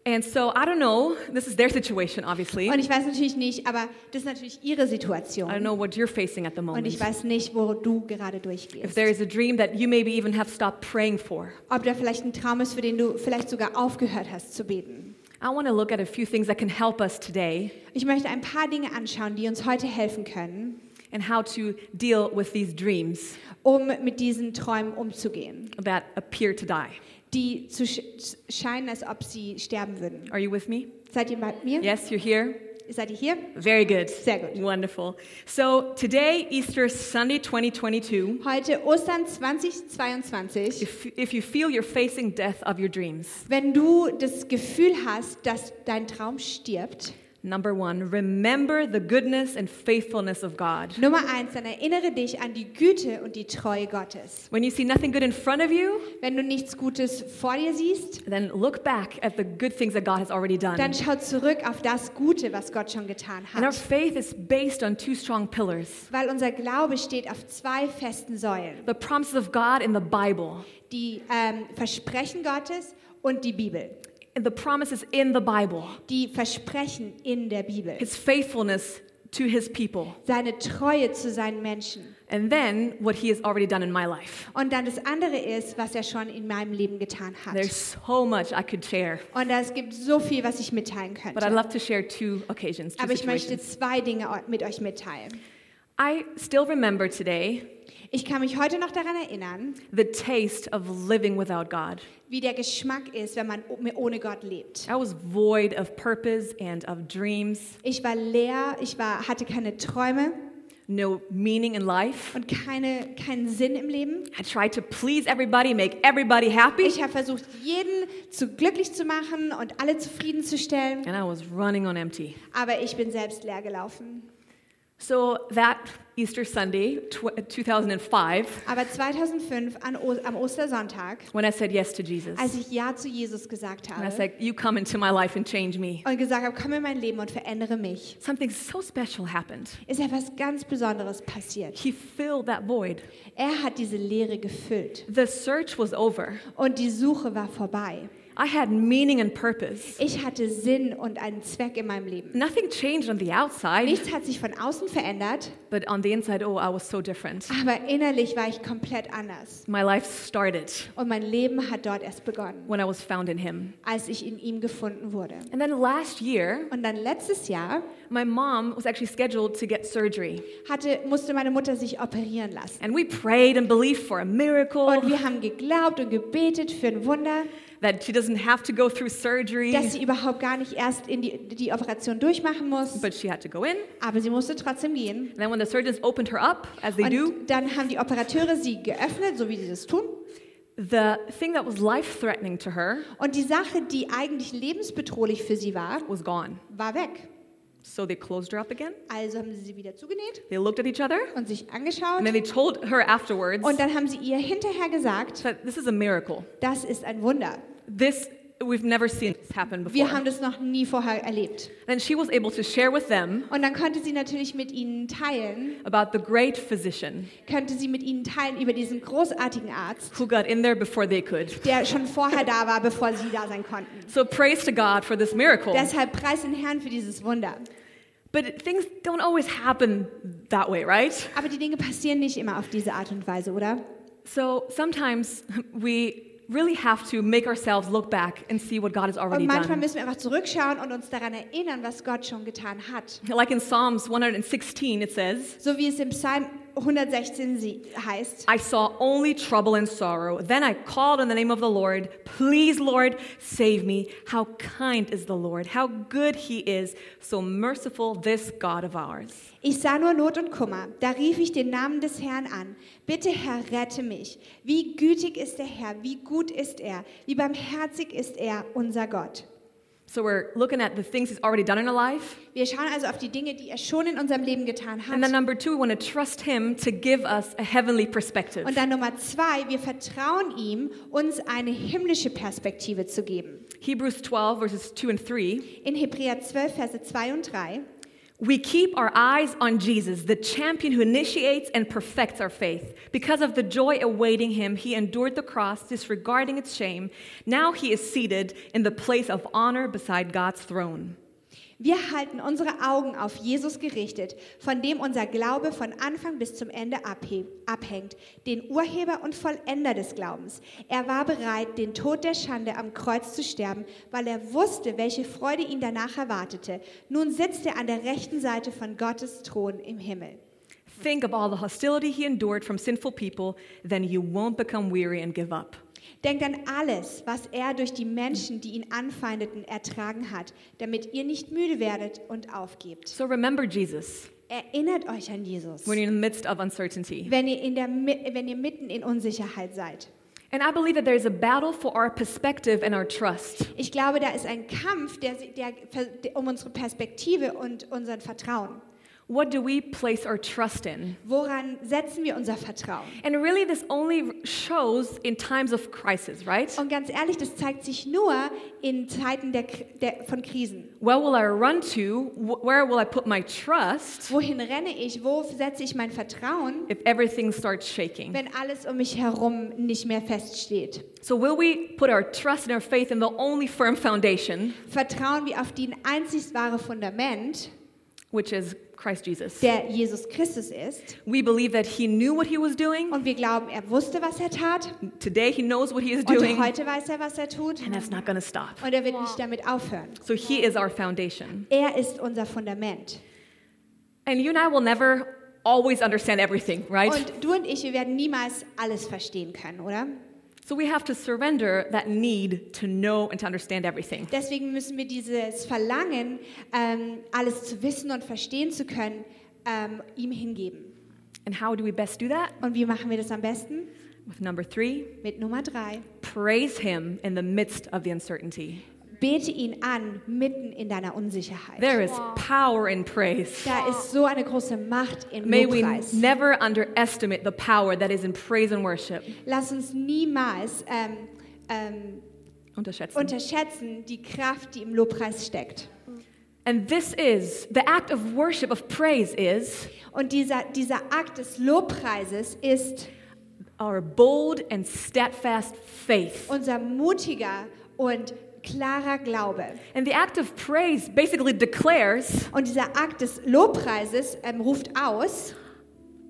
[SPEAKER 1] And so I don't know, this is their situation, obviously.
[SPEAKER 2] Und
[SPEAKER 1] I
[SPEAKER 2] ich weiß natürlich nicht, aber das ist natürlich ihre
[SPEAKER 1] don't
[SPEAKER 2] Situation.
[SPEAKER 1] know what you're facing at the
[SPEAKER 2] Und ich
[SPEAKER 1] moment.
[SPEAKER 2] weiß nicht, wo du gerade
[SPEAKER 1] If
[SPEAKER 2] durchgehst.
[SPEAKER 1] there is a dream that you maybe even have stopped praying for,
[SPEAKER 2] Ob da vielleicht ein Traum ist, für den du vielleicht sogar aufgehört hast zu beten.
[SPEAKER 1] I want to look at a few things that can help us today
[SPEAKER 2] Ich möchte ein paar Dinge anschauen, die uns heute helfen können,
[SPEAKER 1] and how to deal with these dreams
[SPEAKER 2] um mit diesen Träumen umzugehen,
[SPEAKER 1] that appear to die.
[SPEAKER 2] die zu sch scheinen, als ob sie sterben würden.
[SPEAKER 1] Are you with me?
[SPEAKER 2] Seid ihr bei mir?
[SPEAKER 1] Yes, you're here?
[SPEAKER 2] Seid ihr hier?
[SPEAKER 1] Very good.
[SPEAKER 2] Sehr gut.
[SPEAKER 1] Wonderful. So today, Easter Sunday 2022,
[SPEAKER 2] Heute Ostern 2022.
[SPEAKER 1] if, if you feel you're facing death of your dreams,
[SPEAKER 2] Wenn du das Gefühl hast, dass dein Traum stirbt,
[SPEAKER 1] number one, remember the goodness and faithfulness of God.
[SPEAKER 2] Nummer eins, dann erinnere dich an die Güte und die Treue Gottes.
[SPEAKER 1] When you see nothing good in front of you,
[SPEAKER 2] Wenn du nichts Gutes vor dir siehst,
[SPEAKER 1] then look back at the good things that God has already done.
[SPEAKER 2] dann schau zurück auf das Gute, was Gott schon getan
[SPEAKER 1] And our
[SPEAKER 2] hat.
[SPEAKER 1] faith is based on two strong pillars
[SPEAKER 2] Weil unser Glaube steht auf zwei festen Säulen.
[SPEAKER 1] the promises of God in the Bible.
[SPEAKER 2] Die ähm, Versprechen Gottes und die Bibel.
[SPEAKER 1] And the promises in the Bible,
[SPEAKER 2] Die Versprechen in der Bibel.
[SPEAKER 1] His faithfulness to His people,
[SPEAKER 2] Seine Treue zu seinen Menschen.
[SPEAKER 1] and then what He has already done in my life.
[SPEAKER 2] Und dann das andere ist, was er schon in meinem Leben getan hat.
[SPEAKER 1] There's so much I could share,
[SPEAKER 2] Und es gibt so viel, was ich mitteilen
[SPEAKER 1] but I'd
[SPEAKER 2] könnte.
[SPEAKER 1] love to share two occasions. Two
[SPEAKER 2] Aber ich möchte
[SPEAKER 1] situations.
[SPEAKER 2] zwei Dinge eu- mit euch mitteilen.
[SPEAKER 1] I still remember today
[SPEAKER 2] Ich kann mich heute noch daran erinnern,
[SPEAKER 1] the taste of living without God.
[SPEAKER 2] wie der Geschmack ist, wenn man o- ohne Gott lebt.
[SPEAKER 1] I was void of purpose and of dreams,
[SPEAKER 2] Ich war leer, ich war, hatte keine Träume
[SPEAKER 1] no meaning in life.
[SPEAKER 2] und keine, keinen Sinn im Leben.
[SPEAKER 1] I tried to please everybody, make everybody happy,
[SPEAKER 2] Ich habe versucht, jeden zu glücklich zu machen und alle zufriedenzustellen,
[SPEAKER 1] and I was running on empty.
[SPEAKER 2] aber ich bin selbst leer gelaufen.
[SPEAKER 1] So that Easter Sunday, tw- 2005,
[SPEAKER 2] Aber 2005 an o am Ostersonntag,
[SPEAKER 1] when I said yes to Jesus,
[SPEAKER 2] als ich Ja zu Jesus gesagt
[SPEAKER 1] and I
[SPEAKER 2] habe
[SPEAKER 1] said, You come into my life and change me,
[SPEAKER 2] und gesagt habe, komm in mein Leben und verändere mich,
[SPEAKER 1] something so special happened.
[SPEAKER 2] ist etwas ganz Besonderes passiert.
[SPEAKER 1] He filled that void.
[SPEAKER 2] Er hat diese Leere gefüllt
[SPEAKER 1] The search was over.
[SPEAKER 2] und die Suche war vorbei.
[SPEAKER 1] I had meaning and purpose.
[SPEAKER 2] Ich hatte Sinn und einen Zweck in meinem Leben.
[SPEAKER 1] Nothing changed on the outside,
[SPEAKER 2] Nichts hat sich von außen verändert,
[SPEAKER 1] but on the inside, oh, I was so different.
[SPEAKER 2] aber innerlich war ich komplett anders.
[SPEAKER 1] My life started
[SPEAKER 2] Und mein Leben hat dort erst begonnen,
[SPEAKER 1] when I was found in Him.
[SPEAKER 2] als ich in ihm gefunden wurde.
[SPEAKER 1] And then last year,
[SPEAKER 2] Und dann letztes Jahr
[SPEAKER 1] my mom was actually scheduled to get surgery.
[SPEAKER 2] hatte, musste meine Mutter sich operieren lassen.
[SPEAKER 1] And we prayed and believed for a
[SPEAKER 2] Und
[SPEAKER 1] miracle
[SPEAKER 2] wir haben geglaubt und gebetet für ein Wunder,
[SPEAKER 1] that she doesn't have to go through surgery,
[SPEAKER 2] dass sie überhaupt gar nicht erst in die, die Operation durchmachen muss.
[SPEAKER 1] but she had to go in.
[SPEAKER 2] Aber sie musste trotzdem gehen.
[SPEAKER 1] And then when the surgeons opened her up, as they do,
[SPEAKER 2] Und dann haben die Operateure sie geöffnet, so wie sie das tun.
[SPEAKER 1] the thing that was life threatening to her
[SPEAKER 2] Und die Sache, die eigentlich lebensbedrohlich für sie war,
[SPEAKER 1] was gone.
[SPEAKER 2] war weg.
[SPEAKER 1] So they closed her up again.
[SPEAKER 2] Also haben sie sie wieder zugenäht
[SPEAKER 1] They looked at each other,
[SPEAKER 2] und sich
[SPEAKER 1] and then
[SPEAKER 2] angeschaut.
[SPEAKER 1] they told her afterwards
[SPEAKER 2] Und dann haben sie ihr hinterher gesagt,
[SPEAKER 1] that this is a miracle.
[SPEAKER 2] das ist ein Wunder.
[SPEAKER 1] This we've never seen this happen
[SPEAKER 2] Wir haben
[SPEAKER 1] before.
[SPEAKER 2] das noch nie vorher erlebt.
[SPEAKER 1] And she was able to share with them
[SPEAKER 2] Und dann konnte sie natürlich mit ihnen teilen,
[SPEAKER 1] about the great physician
[SPEAKER 2] könnte sie mit ihnen teilen über diesen großartigen Arzt,
[SPEAKER 1] who got in there before they could.
[SPEAKER 2] der schon vorher da war, bevor sie da sein konnten.
[SPEAKER 1] So praise to God for this miracle.
[SPEAKER 2] Deshalb preis den Herrn für dieses Wunder.
[SPEAKER 1] But things don't always happen that way, right?
[SPEAKER 2] Aber die Dinge passieren nicht immer auf diese Art und Weise, oder?
[SPEAKER 1] So sometimes we really have to make ourselves look back and see what God has already
[SPEAKER 2] Und manchmal
[SPEAKER 1] done.
[SPEAKER 2] müssen wir einfach zurückschauen und uns daran erinnern, was Gott schon getan hat.
[SPEAKER 1] Like in Psalms 116, it says,
[SPEAKER 2] So wie es im Psalm 116 sie- heißt,
[SPEAKER 1] I saw only trouble and sorrow. Then I called on the name of the Lord. Please, Lord, save me. How kind is the Lord. How good he is. So merciful, this God of ours.
[SPEAKER 2] ich sah nur Not und Kummer, da rief ich den Namen des Herrn an. Bitte Herr, rette mich. Wie gütig ist der Herr, wie gut ist er, wie barmherzig ist er, unser Gott.
[SPEAKER 1] So we're looking at the things he's already done in our life.
[SPEAKER 2] Wir schauen also auf die Dinge, die er schon in unserem Leben getan
[SPEAKER 1] And then
[SPEAKER 2] hat.
[SPEAKER 1] number two, we want to trust him to give us a heavenly perspective.
[SPEAKER 2] Und dann Nummer zwei, wir vertrauen ihm, uns eine himmlische Perspektive zu geben.
[SPEAKER 1] Hebrews 12, verses 2 and 3.
[SPEAKER 2] In Hebräer 12, Verse 2 und 3.
[SPEAKER 1] We keep our eyes on Jesus, the champion who initiates and perfects our faith. Because of the joy awaiting him, he endured the cross, disregarding its shame. Now he is seated in the place of honor beside God's throne.
[SPEAKER 2] Wir halten unsere Augen auf Jesus gerichtet, von dem unser Glaube von Anfang bis zum Ende abhe- abhängt, den Urheber und Vollender des Glaubens. Er war bereit, den Tod der Schande am Kreuz zu sterben, weil er wusste, welche Freude ihn danach erwartete. Nun sitzt er an der rechten Seite von Gottes Thron im Himmel.
[SPEAKER 1] Think of all the hostility he endured from sinful people, then you won't become weary and give up.
[SPEAKER 2] Denkt an alles, was er durch die Menschen, die ihn anfeindeten, ertragen hat, damit ihr nicht müde werdet und aufgebt.
[SPEAKER 1] So remember Jesus
[SPEAKER 2] Erinnert euch an Jesus.
[SPEAKER 1] when you're in the midst of uncertainty.
[SPEAKER 2] wenn ihr, in der, Mi- wenn ihr mitten in Unsicherheit seid.
[SPEAKER 1] And I believe that there's a battle for our perspective and our trust.
[SPEAKER 2] Ich glaube, da ist ein Kampf der, der, der, um unsere Perspektive und unseren Vertrauen.
[SPEAKER 1] What do we place our trust in?
[SPEAKER 2] Woran setzen wir unser Vertrauen?
[SPEAKER 1] And really, this only shows in times of crisis, right?
[SPEAKER 2] Und ganz ehrlich, das zeigt sich nur in Zeiten der, Kr- der, von Krisen.
[SPEAKER 1] Where will I run to? Wh- Where will I put my trust
[SPEAKER 2] Wohin renne ich? Wo setze ich mein Vertrauen,
[SPEAKER 1] if everything starts shaking?
[SPEAKER 2] wenn alles um mich herum nicht mehr feststeht?
[SPEAKER 1] So, will we put our trust and our faith in the only firm foundation,
[SPEAKER 2] Vertrauen wir auf den einzig wahre Fundament,
[SPEAKER 1] which is Christ Jesus?
[SPEAKER 2] der Jesus Christus ist.
[SPEAKER 1] We believe that He knew what He was doing.
[SPEAKER 2] Und wir glauben, er wusste, was er tat.
[SPEAKER 1] Today, He knows what He is
[SPEAKER 2] Und
[SPEAKER 1] doing.
[SPEAKER 2] heute weiß er, was er tut.
[SPEAKER 1] And that's not going to stop.
[SPEAKER 2] Und er wird nicht damit aufhören.
[SPEAKER 1] So, He is our foundation.
[SPEAKER 2] Er ist unser Fundament.
[SPEAKER 1] And you and I will never always understand everything, right?
[SPEAKER 2] Und du und ich, wir werden niemals alles verstehen können, oder?
[SPEAKER 1] So, we have to surrender that need to know and to understand everything.
[SPEAKER 2] Deswegen müssen wir dieses Verlangen, ähm, alles zu wissen und verstehen zu können, ähm, ihm hingeben.
[SPEAKER 1] And how do we best do that?
[SPEAKER 2] Und wie machen wir das am besten?
[SPEAKER 1] With number three,
[SPEAKER 2] Mit Nummer drei.
[SPEAKER 1] praise Him in the midst of the uncertainty.
[SPEAKER 2] Bete ihn an, mitten in deiner Unsicherheit.
[SPEAKER 1] There is power in praise.
[SPEAKER 2] Da ist so eine große Macht im
[SPEAKER 1] May we ne-
[SPEAKER 2] Lobpreis.
[SPEAKER 1] never underestimate the power that is in praise and worship.
[SPEAKER 2] Lass uns niemals ähm, ähm,
[SPEAKER 1] Unterschätzen.
[SPEAKER 2] unterschätzen die Kraft, die im Lobpreis steckt.
[SPEAKER 1] And this is the act of worship, of praise, is
[SPEAKER 2] Und dieser, dieser Akt des Lobpreises ist
[SPEAKER 1] our bold and steadfast faith.
[SPEAKER 2] unser mutiger und klarer Glaube.
[SPEAKER 1] And the act of praise basically declares,
[SPEAKER 2] Und dieser Akt des Lobpreises ähm, ruft aus,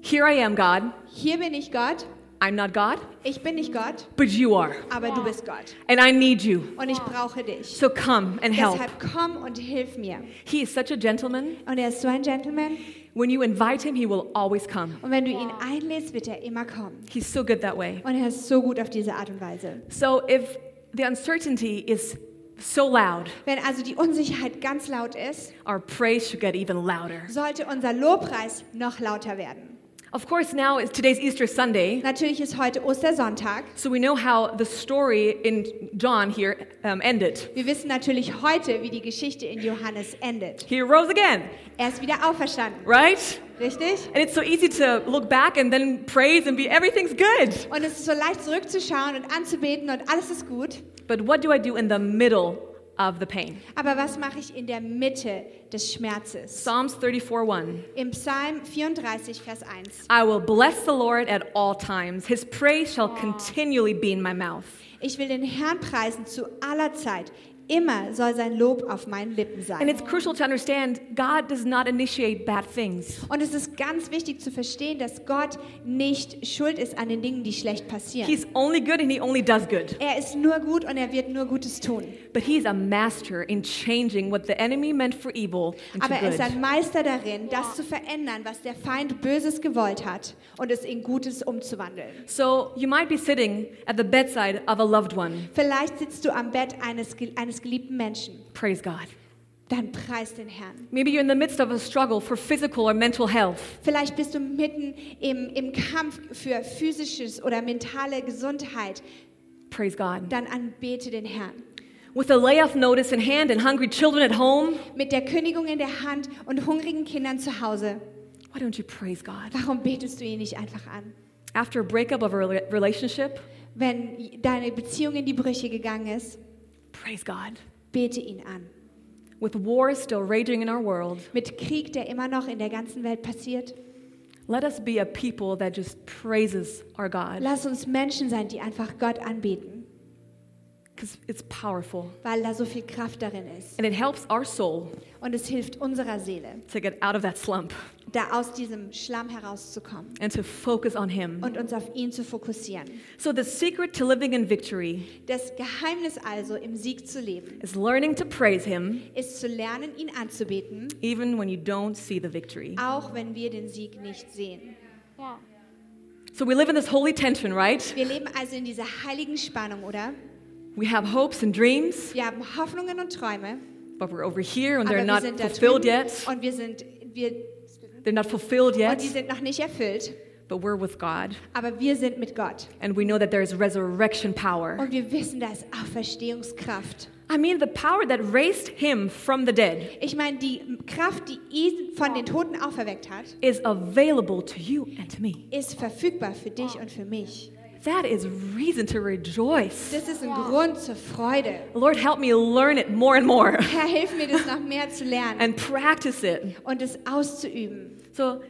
[SPEAKER 1] Here I am, God.
[SPEAKER 2] hier bin ich Gott,
[SPEAKER 1] I'm not God,
[SPEAKER 2] ich bin nicht Gott,
[SPEAKER 1] but you are.
[SPEAKER 2] aber du bist Gott.
[SPEAKER 1] And I need you.
[SPEAKER 2] Und ich brauche dich.
[SPEAKER 1] So come and help.
[SPEAKER 2] Deshalb komm und hilf mir.
[SPEAKER 1] He is such a gentleman.
[SPEAKER 2] Und er ist so ein Gentleman.
[SPEAKER 1] When you invite him, he will always come.
[SPEAKER 2] Und wenn du ihn einlädst, wird er immer kommen.
[SPEAKER 1] He's so good that way.
[SPEAKER 2] Und er ist so gut auf diese Art und Weise.
[SPEAKER 1] So if the uncertainty is so loud,
[SPEAKER 2] Wenn also die Unsicherheit ganz laut ist,
[SPEAKER 1] our praise should get even louder.
[SPEAKER 2] sollte unser Lobpreis noch lauter werden.
[SPEAKER 1] Of course, now is today's Easter Sunday,
[SPEAKER 2] Natürlich ist heute Ostersonntag.
[SPEAKER 1] so we know how the story in John here um, ended.
[SPEAKER 2] Wir wissen natürlich heute, wie die Geschichte in Johannes endet.
[SPEAKER 1] He rose again,
[SPEAKER 2] Er ist wieder auferstanden,
[SPEAKER 1] right?
[SPEAKER 2] richtig?
[SPEAKER 1] And it's so easy to look back and then praise and be everything's good.
[SPEAKER 2] Und es ist so leicht zurückzuschauen und anzubeten und alles ist gut.
[SPEAKER 1] But what do I do in the middle of the pain?
[SPEAKER 2] Aber was mache ich in der Mitte des Schmerzes?
[SPEAKER 1] Psalms 34:1.
[SPEAKER 2] Im Psalm 34, Vers 1.
[SPEAKER 1] I will bless the Lord at all times. His praise shall continually be in my mouth.
[SPEAKER 2] Ich will den Herrn preisen zu aller Zeit. Immer soll sein Lob auf meinen Lippen
[SPEAKER 1] And
[SPEAKER 2] sein.
[SPEAKER 1] it's crucial to understand God does not initiate bad things.
[SPEAKER 2] Und es ist ganz wichtig zu verstehen, dass Gott nicht schuld ist an den Dingen, die schlecht passieren.
[SPEAKER 1] He's only good and he only does good.
[SPEAKER 2] Er ist nur gut und er wird nur Gutes tun.
[SPEAKER 1] But he's a master in changing what the enemy meant for evil into
[SPEAKER 2] Aber er ist ein
[SPEAKER 1] good.
[SPEAKER 2] Meister darin, das zu verändern, was der Feind Böses gewollt hat und es in Gutes umzuwandeln.
[SPEAKER 1] So you might be sitting at the bedside of a loved one.
[SPEAKER 2] Vielleicht sitzt du am Bett eines, ge- eines geliebten Menschen.
[SPEAKER 1] Praise God.
[SPEAKER 2] Dann preis den Herrn.
[SPEAKER 1] Maybe you're in the midst of a struggle for physical or mental health.
[SPEAKER 2] Vielleicht bist du mitten im, im Kampf für physisches oder mentale Gesundheit.
[SPEAKER 1] Praise God.
[SPEAKER 2] Dann anbete den Herrn.
[SPEAKER 1] With a layoff notice in hand and hungry children at home,
[SPEAKER 2] Mit der Kündigung in der Hand und hungrigen Kindern zu Hause.
[SPEAKER 1] why don't you praise God?
[SPEAKER 2] Warum betest du ihn nicht einfach an?
[SPEAKER 1] After a breakup of a rela- relationship,
[SPEAKER 2] Wenn deine Beziehung in die Brüche gegangen ist,
[SPEAKER 1] praise God.
[SPEAKER 2] bete ihn an.
[SPEAKER 1] With war still raging in our world,
[SPEAKER 2] Mit Krieg, der immer noch in der ganzen Welt passiert,
[SPEAKER 1] let us be a people that just praises our God
[SPEAKER 2] Lass uns Menschen sein, die einfach Gott anbeten,
[SPEAKER 1] because it's powerful
[SPEAKER 2] weil da so viel Kraft darin ist.
[SPEAKER 1] and it helps our soul
[SPEAKER 2] Und es hilft unserer Seele,
[SPEAKER 1] to get out of that slump
[SPEAKER 2] da aus diesem Schlamm herauszukommen
[SPEAKER 1] and to focus on Him.
[SPEAKER 2] und uns auf ihn zu fokussieren.
[SPEAKER 1] So, the secret to living in victory
[SPEAKER 2] Das Geheimnis also, im Sieg zu leben,
[SPEAKER 1] is learning to praise Him
[SPEAKER 2] ist zu lernen, ihn anzubeten,
[SPEAKER 1] even when you don't see the victory.
[SPEAKER 2] auch wenn wir den Sieg nicht sehen.
[SPEAKER 1] So, we live in this holy tension, right?
[SPEAKER 2] Wir leben also in dieser heiligen Spannung, oder?
[SPEAKER 1] We have hopes and dreams,
[SPEAKER 2] Wir haben Hoffnungen und Träume,
[SPEAKER 1] but we're over here and
[SPEAKER 2] aber
[SPEAKER 1] they're
[SPEAKER 2] wir
[SPEAKER 1] not
[SPEAKER 2] sind da
[SPEAKER 1] fulfilled
[SPEAKER 2] drüben
[SPEAKER 1] yet.
[SPEAKER 2] und wir sind, wir,
[SPEAKER 1] They're not fulfilled
[SPEAKER 2] und
[SPEAKER 1] yet,
[SPEAKER 2] die sind noch nicht erfüllt,
[SPEAKER 1] but we're with God.
[SPEAKER 2] aber wir sind mit Gott.
[SPEAKER 1] And we know that there is resurrection power.
[SPEAKER 2] Und wir wissen, da ist Auferstehungskraft.
[SPEAKER 1] I mean, the power that raised him from the dead
[SPEAKER 2] Ich meine, die Kraft, die ihn von den Toten auferweckt hat,
[SPEAKER 1] is available to you and to me.
[SPEAKER 2] ist verfügbar für dich und für mich.
[SPEAKER 1] That is reason to rejoice.
[SPEAKER 2] Das ist ein Grund zur Freude.
[SPEAKER 1] Lord, help me learn it more and more
[SPEAKER 2] Herr, hilf mir, das noch mehr zu lernen
[SPEAKER 1] and practice it.
[SPEAKER 2] und es auszuüben.
[SPEAKER 1] So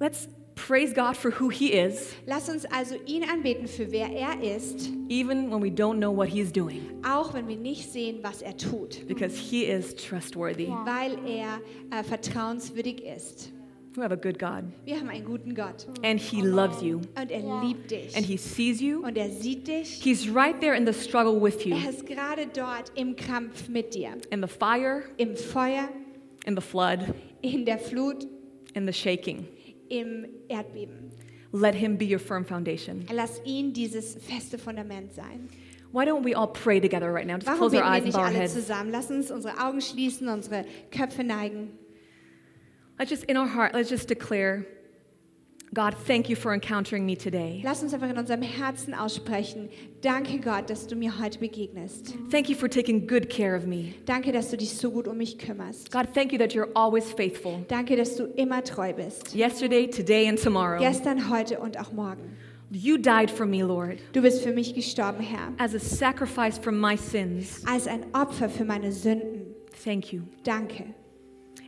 [SPEAKER 1] let's praise God for who he is,
[SPEAKER 2] Lass uns also ihn anbeten für wer er ist,
[SPEAKER 1] even when we don't know what he's doing,
[SPEAKER 2] auch wenn wir nicht sehen, was er tut,
[SPEAKER 1] because he is trustworthy.
[SPEAKER 2] weil er äh, vertrauenswürdig ist.
[SPEAKER 1] We have a good God,
[SPEAKER 2] Wir haben einen guten Gott
[SPEAKER 1] and he loves you,
[SPEAKER 2] und er liebt dich
[SPEAKER 1] and he sees you.
[SPEAKER 2] und er sieht dich.
[SPEAKER 1] He's right there in the struggle with you,
[SPEAKER 2] Er ist gerade dort im Kampf mit dir,
[SPEAKER 1] in the fire,
[SPEAKER 2] im Feuer,
[SPEAKER 1] in the flood,
[SPEAKER 2] in der Flut,
[SPEAKER 1] in the shaking.
[SPEAKER 2] im Erdbeben.
[SPEAKER 1] Let him be your firm foundation.
[SPEAKER 2] Lass ihn dieses feste Fundament sein.
[SPEAKER 1] Why don't we all pray together right now? Just
[SPEAKER 2] Warum
[SPEAKER 1] close our
[SPEAKER 2] beten
[SPEAKER 1] eyes and
[SPEAKER 2] wir nicht
[SPEAKER 1] bow our
[SPEAKER 2] alle
[SPEAKER 1] heads.
[SPEAKER 2] zusammen? Lass uns unsere Augen schließen, unsere Köpfe neigen.
[SPEAKER 1] Let's just, in our heart, let's just declare, God, thank you for encountering me today.
[SPEAKER 2] Lass uns einfach in unserem Herzen aussprechen. Danke Gott, dass du mir heute begegnest.
[SPEAKER 1] Thank you for taking good care of me.
[SPEAKER 2] Danke, dass du dich so gut um mich kümmerst.
[SPEAKER 1] God, thank you that you're always faithful.
[SPEAKER 2] Danke, dass du immer treu bist.
[SPEAKER 1] Yesterday, today, and tomorrow.
[SPEAKER 2] Gestern, heute und auch morgen.
[SPEAKER 1] You died for me, Lord,
[SPEAKER 2] Du bist für mich gestorben, Herr,
[SPEAKER 1] as a sacrifice for my sins.
[SPEAKER 2] als ein Opfer für meine Sünden.
[SPEAKER 1] Thank you.
[SPEAKER 2] Danke.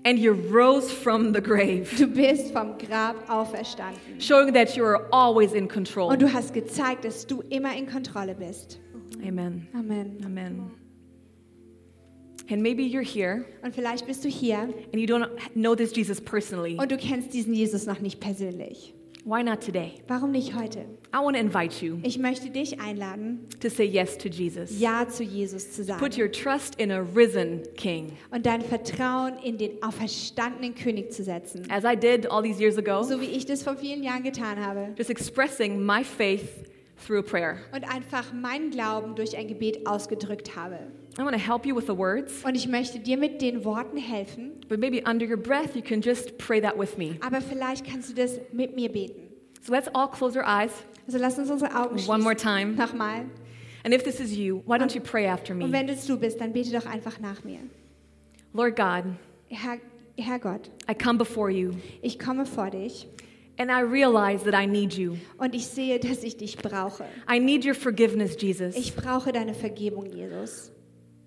[SPEAKER 1] And you rose from the grave,
[SPEAKER 2] Du bist vom Grab auferstanden.
[SPEAKER 1] showing that you are always in control.
[SPEAKER 2] Und du hast gezeigt, dass du immer in Kontrolle bist.
[SPEAKER 1] Amen.
[SPEAKER 2] Amen.
[SPEAKER 1] Amen. And maybe you're here
[SPEAKER 2] Und vielleicht bist du hier
[SPEAKER 1] and you don't know this Jesus personally.
[SPEAKER 2] und du kennst diesen Jesus noch nicht persönlich.
[SPEAKER 1] Why not today?
[SPEAKER 2] Warum nicht heute?
[SPEAKER 1] I want to invite you
[SPEAKER 2] Ich möchte dich einladen,
[SPEAKER 1] to say yes to Jesus.
[SPEAKER 2] Ja zu Jesus zu
[SPEAKER 1] Put
[SPEAKER 2] sagen
[SPEAKER 1] your trust in a risen King,
[SPEAKER 2] und dein Vertrauen in den auferstandenen König zu setzen.
[SPEAKER 1] as I did all these years ago,
[SPEAKER 2] So wie ich das vor vielen Jahren getan habe.
[SPEAKER 1] just expressing my faith through a prayer.
[SPEAKER 2] Und einfach meinen Glauben durch ein Gebet ausgedrückt habe.
[SPEAKER 1] I want to help you with the words,
[SPEAKER 2] Und ich möchte dir mit den Worten helfen,
[SPEAKER 1] but maybe under your breath, you can just pray that with me.
[SPEAKER 2] aber vielleicht kannst du das mit mir beten.
[SPEAKER 1] So let's all close our eyes
[SPEAKER 2] Also lass uns unsere Augen schließen.
[SPEAKER 1] one more time.
[SPEAKER 2] Nochmal.
[SPEAKER 1] And if this is you, why don't you pray after
[SPEAKER 2] Und
[SPEAKER 1] me?
[SPEAKER 2] wenn das du bist, dann bete doch einfach nach mir.
[SPEAKER 1] Lord God,
[SPEAKER 2] Herr, Herr Gott,
[SPEAKER 1] I come before you
[SPEAKER 2] ich komme vor dich
[SPEAKER 1] and I realize that I need you.
[SPEAKER 2] und ich sehe, dass ich dich brauche.
[SPEAKER 1] I need your forgiveness, Jesus.
[SPEAKER 2] Ich brauche deine Vergebung, Jesus.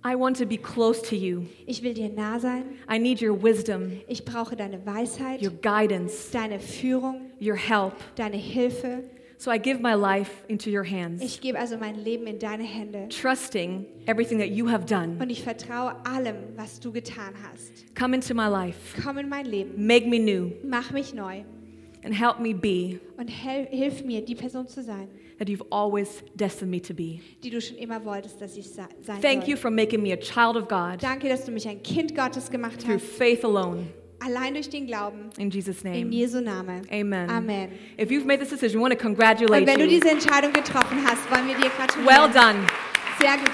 [SPEAKER 1] I want to be close to you.
[SPEAKER 2] Ich will dir nah sein.
[SPEAKER 1] I need your wisdom,
[SPEAKER 2] Ich brauche deine Weisheit,
[SPEAKER 1] your guidance,
[SPEAKER 2] deine Führung,
[SPEAKER 1] your help.
[SPEAKER 2] deine Hilfe.
[SPEAKER 1] So I give my life into your hands,
[SPEAKER 2] Ich gebe also mein Leben in deine Hände
[SPEAKER 1] trusting everything that you have done.
[SPEAKER 2] und ich vertraue allem, was du getan hast.
[SPEAKER 1] Come into my life,
[SPEAKER 2] Komm in mein Leben,
[SPEAKER 1] make me new,
[SPEAKER 2] mach mich neu
[SPEAKER 1] and help me be
[SPEAKER 2] und hel hilf mir, die Person zu sein,
[SPEAKER 1] that you've always destined me to be.
[SPEAKER 2] die du schon immer wolltest, dass ich se- sein
[SPEAKER 1] Thank you
[SPEAKER 2] soll.
[SPEAKER 1] for making me a child of God
[SPEAKER 2] Danke, dass du mich ein Kind Gottes gemacht
[SPEAKER 1] through
[SPEAKER 2] hast,
[SPEAKER 1] faith alone.
[SPEAKER 2] allein durch den Glauben.
[SPEAKER 1] In Jesus'
[SPEAKER 2] In
[SPEAKER 1] name.
[SPEAKER 2] Jesu Name.
[SPEAKER 1] Amen.
[SPEAKER 2] Amen.
[SPEAKER 1] If you've made this decision, we want to
[SPEAKER 2] Und
[SPEAKER 1] congratulate
[SPEAKER 2] wenn du
[SPEAKER 1] you.
[SPEAKER 2] diese Entscheidung getroffen hast, wollen wir dir gratulieren.
[SPEAKER 1] Well done.
[SPEAKER 2] Sehr gut.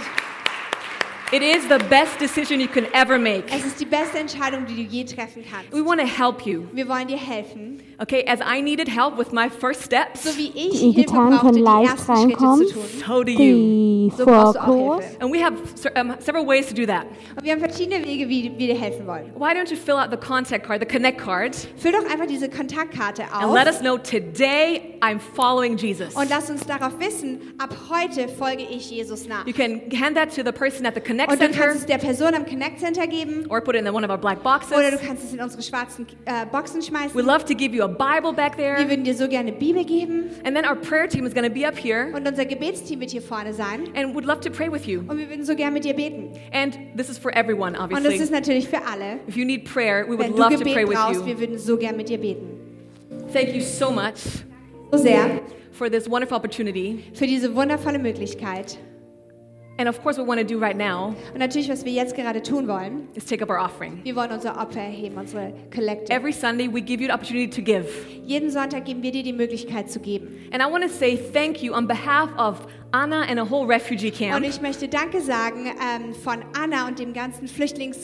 [SPEAKER 1] It is the best decision you can ever make.
[SPEAKER 2] Es ist die beste Entscheidung, die du je treffen kannst.
[SPEAKER 1] We want to help you.
[SPEAKER 2] Wir wollen dir helfen.
[SPEAKER 1] Okay, as I needed help with my first
[SPEAKER 2] So
[SPEAKER 1] steps,
[SPEAKER 2] wie ich
[SPEAKER 5] Die
[SPEAKER 2] Hilfe
[SPEAKER 5] Gitarren
[SPEAKER 2] brauchte,
[SPEAKER 5] können
[SPEAKER 2] die
[SPEAKER 5] live
[SPEAKER 2] ersten Schritte
[SPEAKER 5] reinkommen.
[SPEAKER 2] zu tun.
[SPEAKER 1] so do you.
[SPEAKER 5] die
[SPEAKER 2] So brauchst du auch
[SPEAKER 5] Vorkurs.
[SPEAKER 2] Hilfe.
[SPEAKER 1] And we have se- um, several ways to do that.
[SPEAKER 2] Und wir haben verschiedene Wege, wie wir dir helfen wollen.
[SPEAKER 1] Why don't you fill out the contact card, the connect card,
[SPEAKER 2] Füll doch einfach diese Kontaktkarte
[SPEAKER 1] and let us
[SPEAKER 2] aus
[SPEAKER 1] know today I'm following Jesus.
[SPEAKER 2] und lass uns darauf wissen, ab heute folge ich Jesus nach.
[SPEAKER 1] You can hand that to the person at the connect
[SPEAKER 2] Und dann kannst du
[SPEAKER 1] center
[SPEAKER 2] es der Person am Connect Center geben
[SPEAKER 1] or put it in one of our black
[SPEAKER 2] oder du
[SPEAKER 1] boxes.
[SPEAKER 2] kannst es in unsere schwarzen äh, Boxen
[SPEAKER 1] We
[SPEAKER 2] schmeißen.
[SPEAKER 1] love to give you a Bible back
[SPEAKER 2] Wir
[SPEAKER 1] there.
[SPEAKER 2] würden dir so gerne Bibel geben.
[SPEAKER 1] And then our prayer team is going to be up here
[SPEAKER 2] Und unser Gebetsteam wird hier vorne sein.
[SPEAKER 1] and would love to pray with you.
[SPEAKER 2] Und wir würden so gern mit dir beten.
[SPEAKER 1] And this is for everyone,
[SPEAKER 2] Und das ist
[SPEAKER 1] obviously.
[SPEAKER 2] natürlich für alle.
[SPEAKER 1] If you need prayer, we would
[SPEAKER 2] Wenn du
[SPEAKER 1] love to pray
[SPEAKER 2] Gebet
[SPEAKER 1] with
[SPEAKER 2] brauchst,
[SPEAKER 1] you.
[SPEAKER 2] wir würden so gern mit dir beten.
[SPEAKER 1] Thank you so much
[SPEAKER 2] So sehr
[SPEAKER 1] for this wonderful opportunity.
[SPEAKER 2] für diese wundervolle Möglichkeit.
[SPEAKER 1] And of course, what we want to do right now
[SPEAKER 2] Und natürlich, was wir jetzt gerade tun wollen,
[SPEAKER 1] is take up our offering.
[SPEAKER 2] wir wollen unser Opfer erheben, unsere Kollekte.
[SPEAKER 1] Every Sunday, we give you the opportunity to give.
[SPEAKER 2] Jeden Sonntag geben wir dir die Möglichkeit zu geben.
[SPEAKER 1] And I want to say thank you on behalf of Anna and a whole refugee
[SPEAKER 2] Und
[SPEAKER 1] camp,
[SPEAKER 2] ich möchte Danke sagen ähm, von Anna und dem ganzen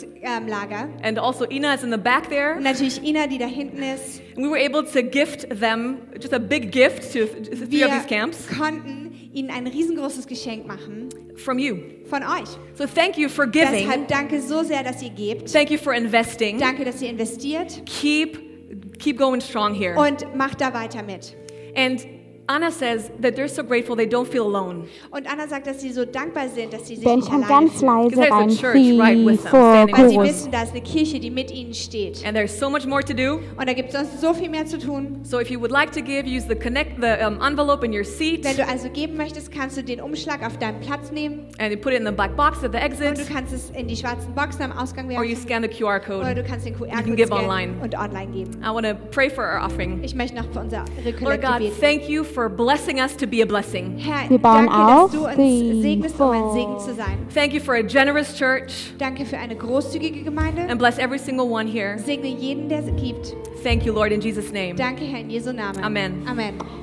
[SPEAKER 2] Flüchtlingslager.
[SPEAKER 1] and also Ina is in the back
[SPEAKER 2] Und
[SPEAKER 1] there.
[SPEAKER 2] natürlich Ina, die da hinten ist.
[SPEAKER 1] And we were able to gift them just a big gift to th- three
[SPEAKER 2] Wir
[SPEAKER 1] of these camps
[SPEAKER 2] konnten ihnen ein riesengroßes Geschenk machen
[SPEAKER 1] from you.
[SPEAKER 2] von euch.
[SPEAKER 1] So thank you for giving.
[SPEAKER 2] Deshalb danke so sehr, dass ihr gebt.
[SPEAKER 1] Thank you for investing.
[SPEAKER 2] Danke, dass ihr investiert
[SPEAKER 1] Keep keep going strong here.
[SPEAKER 2] und macht da weiter mit.
[SPEAKER 1] And Anna says that they're so grateful they don't feel alone.
[SPEAKER 2] Und Anna sagt, dass sie so dankbar sind, dass sie sich
[SPEAKER 5] Dann
[SPEAKER 2] nicht
[SPEAKER 5] schon
[SPEAKER 2] alleine
[SPEAKER 5] ganz
[SPEAKER 2] fühlen.
[SPEAKER 5] leise
[SPEAKER 1] Because
[SPEAKER 5] rein.
[SPEAKER 1] there's a church right with
[SPEAKER 5] Die
[SPEAKER 1] them, standing
[SPEAKER 2] Weil sie
[SPEAKER 5] Vorkurs.
[SPEAKER 2] wissen, da ist eine Kirche, die mit ihnen steht.
[SPEAKER 1] And there's so much more to do.
[SPEAKER 2] Und da gibt es sonst so viel mehr zu tun.
[SPEAKER 1] So if you would like to give, use the connect the um, envelope in your seat
[SPEAKER 2] Wenn du also geben möchtest, kannst du den Umschlag auf deinem Platz nehmen
[SPEAKER 1] and you put it in the black box at the
[SPEAKER 2] und du
[SPEAKER 1] exit,
[SPEAKER 2] kannst es in die schwarzen Boxen am Ausgang
[SPEAKER 1] or you
[SPEAKER 2] werfen
[SPEAKER 1] scan the QR
[SPEAKER 2] oder du
[SPEAKER 1] code.
[SPEAKER 2] kannst den
[SPEAKER 1] can
[SPEAKER 2] QR-Code
[SPEAKER 1] give
[SPEAKER 2] scannen
[SPEAKER 1] online.
[SPEAKER 2] und online geben.
[SPEAKER 1] I want to pray for our offering.
[SPEAKER 2] Ich möchte noch für unsere
[SPEAKER 1] Lord
[SPEAKER 2] Kollekte
[SPEAKER 1] God,
[SPEAKER 2] beten.
[SPEAKER 1] thank you for blessing us to be a blessing.
[SPEAKER 2] Herr,
[SPEAKER 5] Wir bauen
[SPEAKER 2] danke, dass
[SPEAKER 5] auf.
[SPEAKER 2] du uns
[SPEAKER 5] Die
[SPEAKER 2] segnest, um ein
[SPEAKER 5] Vor-
[SPEAKER 2] Segen zu sein.
[SPEAKER 1] Thank you for a generous church
[SPEAKER 2] Danke für eine großzügige Gemeinde.
[SPEAKER 1] and bless every single one here.
[SPEAKER 2] Segne jeden, der es gibt.
[SPEAKER 1] Thank you, Lord, in Jesus' name.
[SPEAKER 2] Danke, Herr, in Jesu Namen.
[SPEAKER 1] Amen.
[SPEAKER 2] Amen.